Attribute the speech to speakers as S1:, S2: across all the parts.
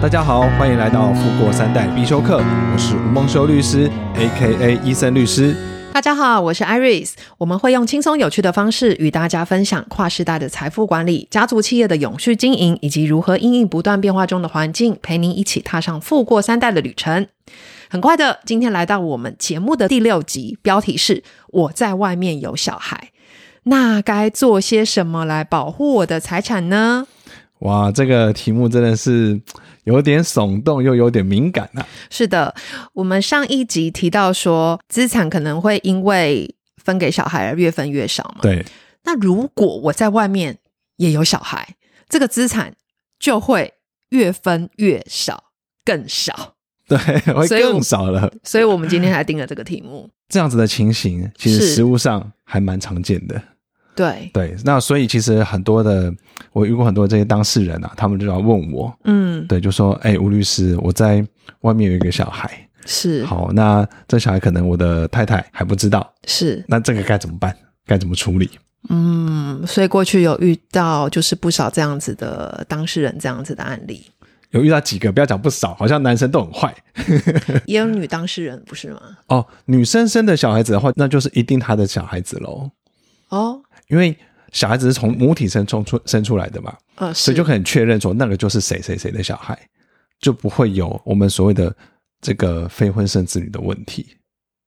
S1: 大家好，欢迎来到《富过三代必修课》，我是吴梦修律师 （A.K.A. 医生律师
S2: 大家好，我是 Iris，我们会用轻松有趣的方式与大家分享跨世代的财富管理、家族企业的永续经营，以及如何因应不断变化中的环境，陪您一起踏上富过三代的旅程。很快的，今天来到我们节目的第六集，标题是“我在外面有小孩”，那该做些什么来保护我的财产呢？”。
S1: 哇，这个题目真的是有点耸动，又有点敏感啊。
S2: 是的，我们上一集提到说，资产可能会因为分给小孩而越分越少嘛。
S1: 对，
S2: 那如果我在外面也有小孩，这个资产就会越分越少，更少。
S1: 对， 会
S2: 所以我
S1: 更少了。
S2: 所以我们今天才定了这个题目。
S1: 这样子的情形，其实
S2: 是
S1: 实物上还蛮常见的。
S2: 对，
S1: 对，那所以其实很多的，我遇过很多这些当事人啊，他们就要问我，
S2: 嗯，
S1: 对，就说，哎、吴律师，我在外面有一个小孩，
S2: 是
S1: 好，那这小孩可能我的太太还不知道，
S2: 是，
S1: 那这个该怎么办？该怎么处理？
S2: 嗯，所以过去有遇到就是不少这样子的当事人这样子的案例，
S1: 有遇到几个，不要讲不少，好像男生都很坏
S2: 也有女当事人不是吗？
S1: 哦。女生生的小孩子的话，那就是一定她的小孩子喽，
S2: 哦，
S1: 因为小孩子是从母体生冲出生出来的嘛，
S2: 呃，是
S1: 所以就很确认说那个就是谁谁谁的小孩，就不会有我们所谓的这个非婚生子女的问题。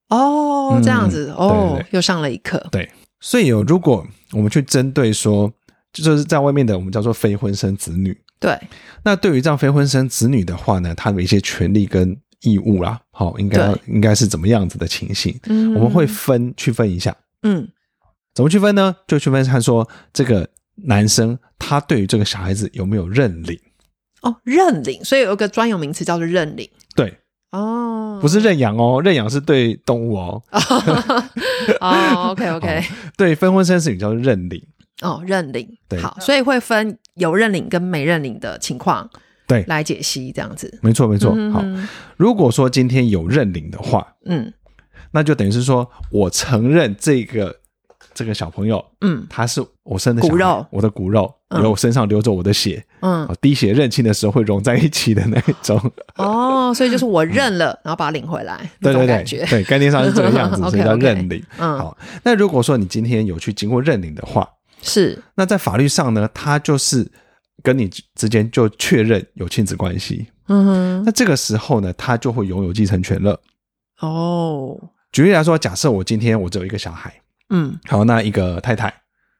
S2: 哦
S1: 嗯
S2: 这样子、哦，
S1: 对对对
S2: 又上了一课，
S1: 对，所以有如果我们去针对说，就是在外面的我们叫做非婚生子女，
S2: 对，
S1: 那对于这样非婚生子女的话呢，他们一些权利跟义务啦，好、应该要
S2: 对
S1: 应该是怎么样子的情形，
S2: 嗯
S1: 我们会分区分一下，
S2: 嗯
S1: 怎么区分呢？就区分看说这个男生他对于这个小孩子有没有认领，
S2: 哦认领，所以有一个专有名词叫做认领
S1: 对，
S2: 哦，
S1: 不是认养哦，认养是对动物哦，
S2: 哦，OK OK，
S1: 对非婚生子女叫做认领，
S2: 哦，认领
S1: 对，
S2: 好，所以会分有认领跟没认领的情况
S1: 对，
S2: 来解析，这样子。
S1: 没错没错，
S2: 嗯
S1: 好，
S2: 嗯
S1: 如果说今天有认领的话，
S2: 嗯
S1: 那就等于是说我承认这个这个小朋友
S2: 嗯
S1: 他是我生的小孩
S2: 骨肉
S1: 我的骨肉，
S2: 嗯
S1: 有我身上流着我的血，
S2: 嗯，
S1: 哦滴血认亲的时候会融在一起的那一种，
S2: 哦，所以就是我认了，然后把它领回来，那
S1: 对
S2: 种
S1: 对
S2: 感
S1: 对
S2: 觉。
S1: 对，概念上是这个样 子，
S2: OK，
S1: 所以叫
S2: OK
S1: 认领。
S2: 嗯
S1: 好，那如果说你今天有去经过认领的话，
S2: 是
S1: 那在法律上呢，他就是跟你之间就确认有亲子关系，
S2: 嗯哼
S1: 那这个时候呢，他就会拥有继承权了。
S2: 哦
S1: 举例来说，假设我今天我只有一个小孩，
S2: 嗯
S1: 好，那一个太太。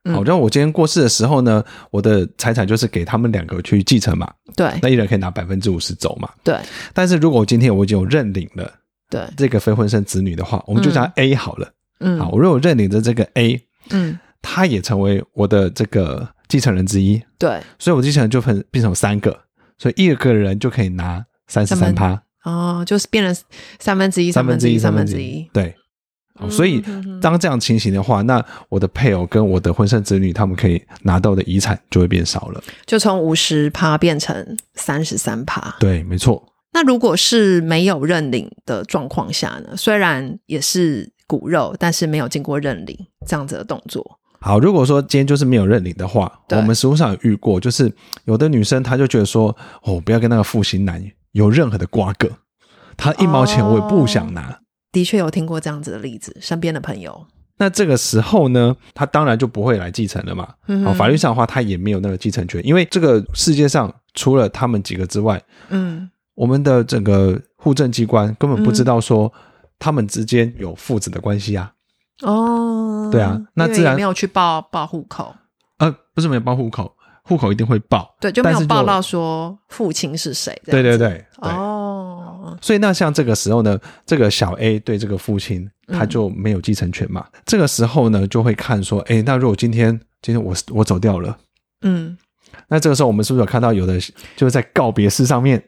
S2: 嗯
S1: 好，让我今天过世的时候呢，我的财产就是给他们两个去继承嘛，
S2: 对
S1: 那一人可以拿百分之五十走嘛。
S2: 对
S1: 但是如果我今天我已经有认领了
S2: 对
S1: 这个非婚生子女的话，我们就叫他 A 好了。
S2: 嗯
S1: 好，我如果认领的这个 A，
S2: 嗯
S1: 他也成为我的这个继承人之一，
S2: 对
S1: 所以我继承人就分变成有三个，所以一个人就可以拿三十三趴，
S2: 哦，就是变成三分之一、
S1: 三
S2: 分
S1: 分之一，
S2: 三
S1: 三
S2: 分
S1: 分
S2: 之
S1: 之
S2: 一
S1: 一，。对。哦
S2: 嗯
S1: 所以
S2: 嗯嗯嗯
S1: 当这样情形的话，那我的配偶跟我的婚生子女，他们可以拿到的遗产就会变少了。
S2: 就从五十趴变成三十三趴。
S1: 对，没错。
S2: 那如果是没有认领的状况下呢？虽然也是骨肉，但是没有经过认领这样子的动作。
S1: 好，如果说今天就是没有认领的话，
S2: 对
S1: 我们实务上有遇过，就是有的女生她就觉得说，哦，不要跟那个负心男有任何的瓜葛，她一毛钱我也不想拿。
S2: 的确有听过这样子的例子，身边的朋友，
S1: 那这个时候呢，她当然就不会来继承了嘛。
S2: 嗯哼
S1: 好，法律上的话，她也没有那个继承权，因为这个世界上除了他们几个之外，
S2: 嗯，
S1: 我们的整个户政机关根本不知道说他们之间有父子的关系啊。
S2: 哦，
S1: 对啊那
S2: 因为
S1: 自然
S2: 也没有去报报户口，
S1: 呃，不是没有报户口，户口一定会报。
S2: 对，就没
S1: 但
S2: 有
S1: 是
S2: 报到说父亲是谁。这
S1: 对对
S2: 样子
S1: 对对。
S2: 哦，
S1: 所以那像这个时候呢，这个小 A 对这个父亲
S2: 嗯
S1: 他就没有继承权嘛。这个时候呢，就会看说，哎，那如果今天今天我我走掉了，
S2: 嗯，
S1: 那这个时候我们是不是有看到有的就是在告别式上面，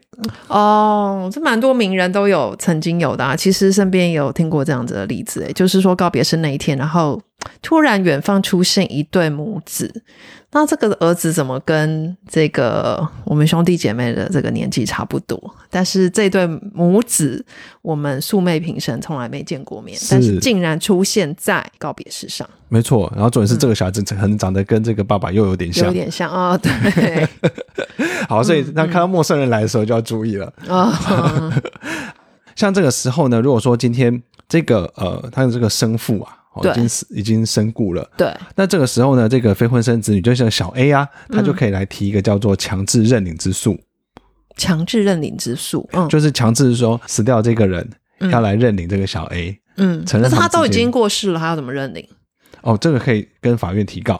S2: 哦，这蛮多名人欸都有曾经有的、啊，其实身边也有听过这样子的例子，诶就是说告别式那一天，然后突然远方出现一对母子，那这个儿子怎么跟这个我们兄弟姐妹的这个年纪差不多？但是这对母子，我们素昧平生，从来没见过面，
S1: 是
S2: 但是竟然出现在告别式上，
S1: 没错。然后重点是这个小孩子可能长得跟这个爸爸又有点
S2: 嗯有
S1: 像，
S2: 点嗯像啊、哦，对
S1: 好，所以那看到陌生人来的时候就要注意了。
S2: 啊，
S1: 像这个时候呢，如果说今天这个呃他的这个生父啊，哦
S2: 对
S1: 已经死已经身故了。
S2: 对，
S1: 那这个时候呢，这个非婚生子女就像小 A 啊，
S2: 嗯
S1: 他就可以来提一个叫做强制认领之诉，
S2: 强制认领之术，嗯
S1: 就是强制说死掉这个人
S2: 嗯
S1: 要来认领这个小 A，、
S2: 嗯，
S1: 承
S2: 可
S1: 认
S2: 是
S1: 他
S2: 他
S1: 们
S2: 都已
S1: 之间
S2: 经过世了，还要怎么认领？
S1: 哦，这个可以跟法院提告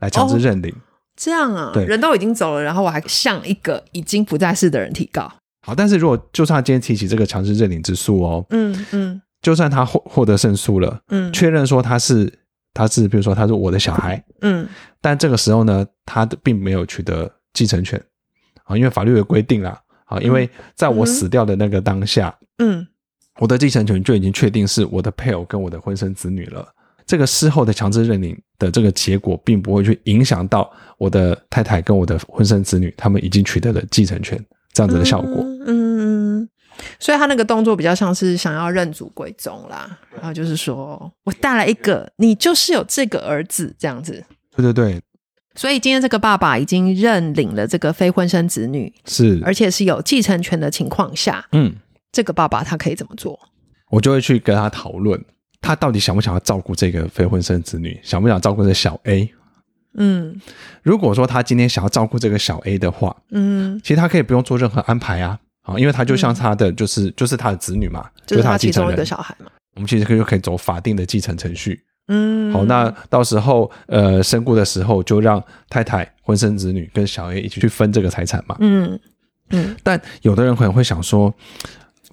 S1: 来强制认领。
S2: 哦这样啊，
S1: 对
S2: 人都已经走了，然后我还向一个已经不在世的人提告。
S1: 好，但是如果就算他今天提起这个强制认领之诉哦，
S2: 嗯嗯
S1: 就算他获获得胜诉了，
S2: 嗯
S1: 确认说他是他是，比如说他是我的小孩，
S2: 嗯，
S1: 但这个时候呢，他的并没有取得继承权啊，因为法律有规定啦啊，因为在我死掉的那个当下，
S2: 嗯，
S1: 我的继承权就已经确定是我的配偶跟我的婚生子女了。这个事后的强制认领的这个结果，并不会去影响到我的太太跟我的婚生子女，他们已经取得了继承权这样子的效果。
S2: 嗯嗯嗯，所以他那个动作比较像是想要认祖归宗啦，然后就是说我带来一个，你就是有这个儿子这样子。
S1: 对对对，
S2: 所以今天这个爸爸已经认领了这个非婚生子女，
S1: 是，
S2: 而且是有继承权的情况下，
S1: 嗯，
S2: 这个爸爸他可以怎么做？
S1: 我就会去跟他讨论，他到底想不想要照顾这个非婚生子女，想不想照顾这小 A。
S2: 嗯
S1: 如果说他今天想要照顾这个小 A 的话，
S2: 嗯，
S1: 其实他可以不用做任何安排啊，啊，因为他就像他的就是、就是他的子女嘛，
S2: 嗯就
S1: 就是他
S2: 他
S1: 的继
S2: 其
S1: 承
S2: 中一
S1: 人
S2: 个。小孩嘛。
S1: 我们其实可以就可以走法定的继承程序。
S2: 嗯，
S1: 好，那到时候呃身故的时候，就让太太、婚生子女跟小 A 一起去分这个财产嘛。
S2: 嗯嗯
S1: 但有的人可能会想说，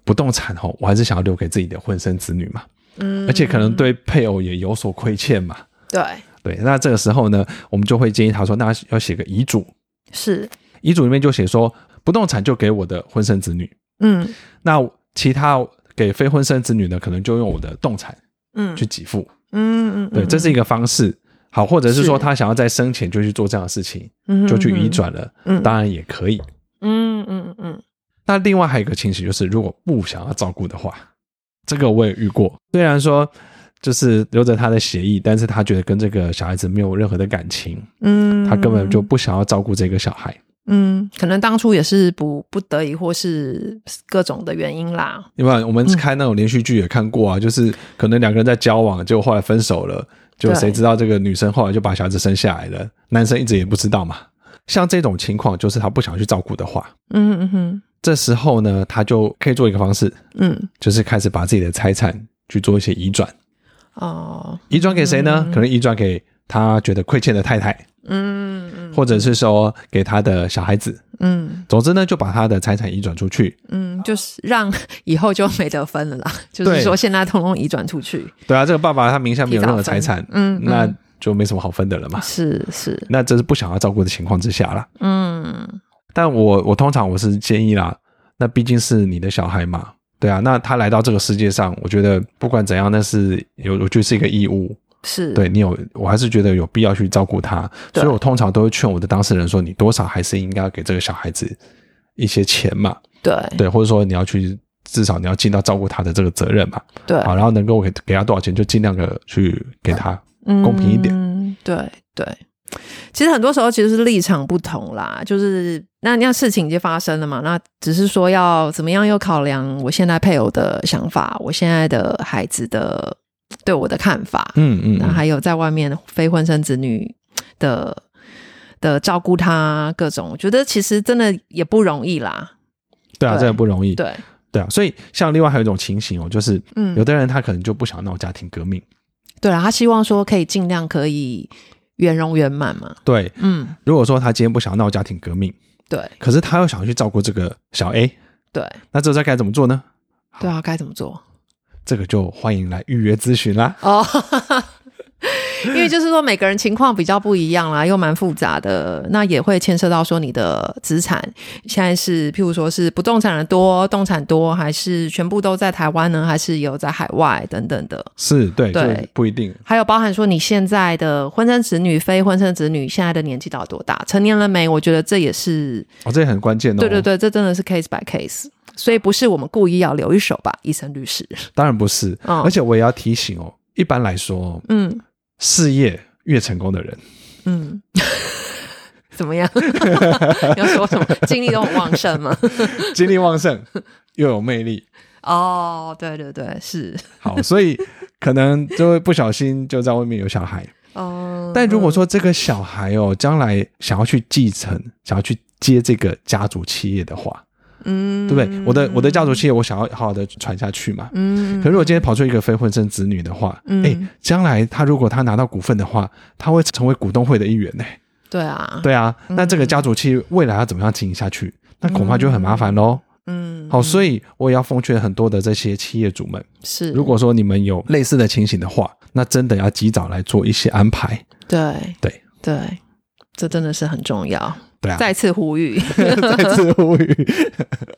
S1: 不动产哦，我还是想要留给自己的婚生子女嘛，
S2: 嗯，
S1: 而且可能对配偶也有所亏欠嘛。
S2: 对
S1: 对，那这个时候呢，我们就会建议他说，那要写个遗嘱，
S2: 是
S1: 遗嘱里面就写说，不动产就给我的婚生子女，
S2: 嗯
S1: 那其他给非婚生子女呢，可能就用我的动产
S2: 嗯
S1: 去给付。
S2: 嗯嗯，
S1: 对，
S2: 嗯
S1: 这是一个方式。好，或者是说
S2: 是
S1: 他想要在生前就去做这样的事情，
S2: 嗯
S1: 就去移转了，
S2: 嗯
S1: 当然也可以。
S2: 嗯嗯嗯嗯
S1: 那另外还有一个情形就是，如果不想要照顾的话，这个我也遇过。虽然说就是留着他的协议，但是他觉得跟这个小孩子没有任何的感情，
S2: 嗯，
S1: 他根本就不想要照顾这个小孩。
S2: 嗯，可能当初也是不不得已或是各种的原因啦。
S1: 因为我
S2: 嗯
S1: 们看那种连续剧也看过啊，就是可能两个人在交往，结果后来分手了，就
S2: 对
S1: 谁知道这个女生后来就把小孩子生下来了，男生一直也不知道嘛。像这种情况，就是他不想去照顾的话，
S2: 嗯嗯嗯
S1: 这时候呢，他就可以做一个方式，
S2: 嗯
S1: 就是开始把自己的财产去做一些移转。
S2: 哦
S1: 移转给谁呢？可能移转给他觉得亏欠的太太，
S2: 嗯嗯
S1: 或者是说给他的小孩子。
S2: 嗯
S1: 总之呢，就把他的财产移转出去。
S2: 嗯，就是让 以后就没得分了啦。就是
S1: 对
S2: 说现在通通移转出去，
S1: 对啊，这个爸爸他名下没有任何财产，
S2: 嗯嗯
S1: 那就没什么好分的了嘛。
S2: 是是
S1: 那这是不想要照顾的情况之下啦。
S2: 嗯
S1: 但我我通常我是建议啦，那毕竟是你的小孩嘛，对啊，那他来到这个世界上，我觉得不管怎样，那是有我觉得是一个义务，
S2: 是
S1: 对你有，我还是觉得有必要去照顾他，
S2: 对
S1: 所以我通常都会劝我的当事人说，你多少还是应该要给这个小孩子一些钱嘛，
S2: 对
S1: 对，或者说你要去。至少你要尽到照顾他的这个责任嘛，
S2: 对，
S1: 好，然后能够给给他多少钱就尽量的去给他，公平一点
S2: 嗯、对对，其实很多时候其实是立场不同啦，就是那那事情已经发生了嘛，那只是说要怎么样又考量我现在配偶的想法，我现在的孩子的对我的看法，
S1: 嗯嗯
S2: 那、
S1: 嗯，
S2: 还有在外面非婚生子女的的照顾他各种，我觉得其实真的也不容易啦。
S1: 对啊，
S2: 对
S1: 这个不容易，
S2: 对，
S1: 对啊，所以像另外还有一种情形哦，就是
S2: 嗯
S1: 有，的人他可能就不想闹家庭革命，
S2: 对啦，他希望说可以尽量可以圆融圆满嘛。
S1: 对，
S2: 嗯，
S1: 如果说他今天不想闹家庭革命，
S2: 对
S1: 可是他又想去照顾这个小 A，
S2: 对
S1: 那这时候该怎么做呢？
S2: 对啊，该怎么做？
S1: 这个就欢迎来预约咨询啦。
S2: 哦，因为就是说每个人情况比较不一样啦，又蛮复杂啊的，那也会牵涉到说你的资产现在是，譬如说是不动产的多，动产多，还是全部都在台湾呢，还是有在海外等等的。
S1: 是对，
S2: 对
S1: 就是不一定。
S2: 还有包含说你现在的婚生子女、非婚生子女现在的年纪到底多大，成年了没？我觉得这也是，
S1: 哦，这也很关键哦。
S2: 对对，对，这真的是 case by case，所以不是我们故意要留一手吧，医生律师。
S1: 当然不是。
S2: 嗯
S1: 而且我也要提醒哦，一般来说，
S2: 嗯
S1: 事业越成功 的人，
S2: 嗯，怎么样？ 你要说什么？精力都很旺盛吗？
S1: 精力旺盛，又有魅力。
S2: 哦，对对对，是，
S1: 好，所以可能就会不小心就在外面有小孩。
S2: 哦，
S1: 但如果说这个小孩哦，将来想要去继承，想要去接这个家族企业的话，
S2: 嗯，
S1: 对不对？我的我的家族企业，我想要好好的传下去嘛。
S2: 嗯，
S1: 可是我今天跑出一个非婚生子女的话，
S2: 嗯
S1: 哎、将来他如果他拿到股份的话，他会成为股东会的一员呢、
S2: 对啊，
S1: 对啊，那这个家族企业未来要怎么样经营下去？那恐怕就很麻烦喽。
S2: 嗯，
S1: 好，所以我也要奉劝很多的这些企业主们，
S2: 是，
S1: 如果说你们有类似的情形的话，那真的要及早来做一些安排。
S2: 对
S1: 对
S2: 对，这真的是很重要。
S1: 对啊，
S2: 再次呼吁，
S1: 再次呼吁。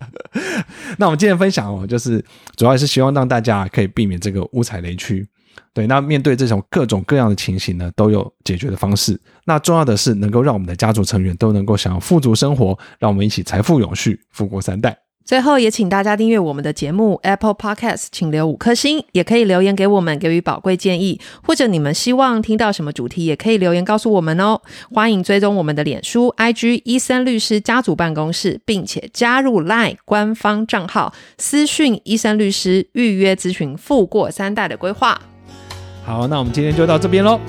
S1: 那我们今天分享哦，就是主要是希望让大家可以避免这个五彩雷区。对，那面对这种各种各样的情形呢，都有解决的方式。那重要的是能够让我们的家族成员都能够享有富足生活，让我们一起财富永续，富过三代。
S2: 最后也请大家订阅我们的节目 Apple Podcast，请留五颗星，也可以留言给我们，给予宝贵建议，或者你们希望听到什么主题，也可以留言告诉我们哦。欢迎追踪我们的脸书、IG 医生律师家族办公室，并且加入 LINE 官方账号，私讯医生律师预约咨询富过三代的规划。
S1: 好，那我们今天就到这边喽，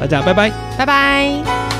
S1: 大家拜拜。
S2: 拜拜。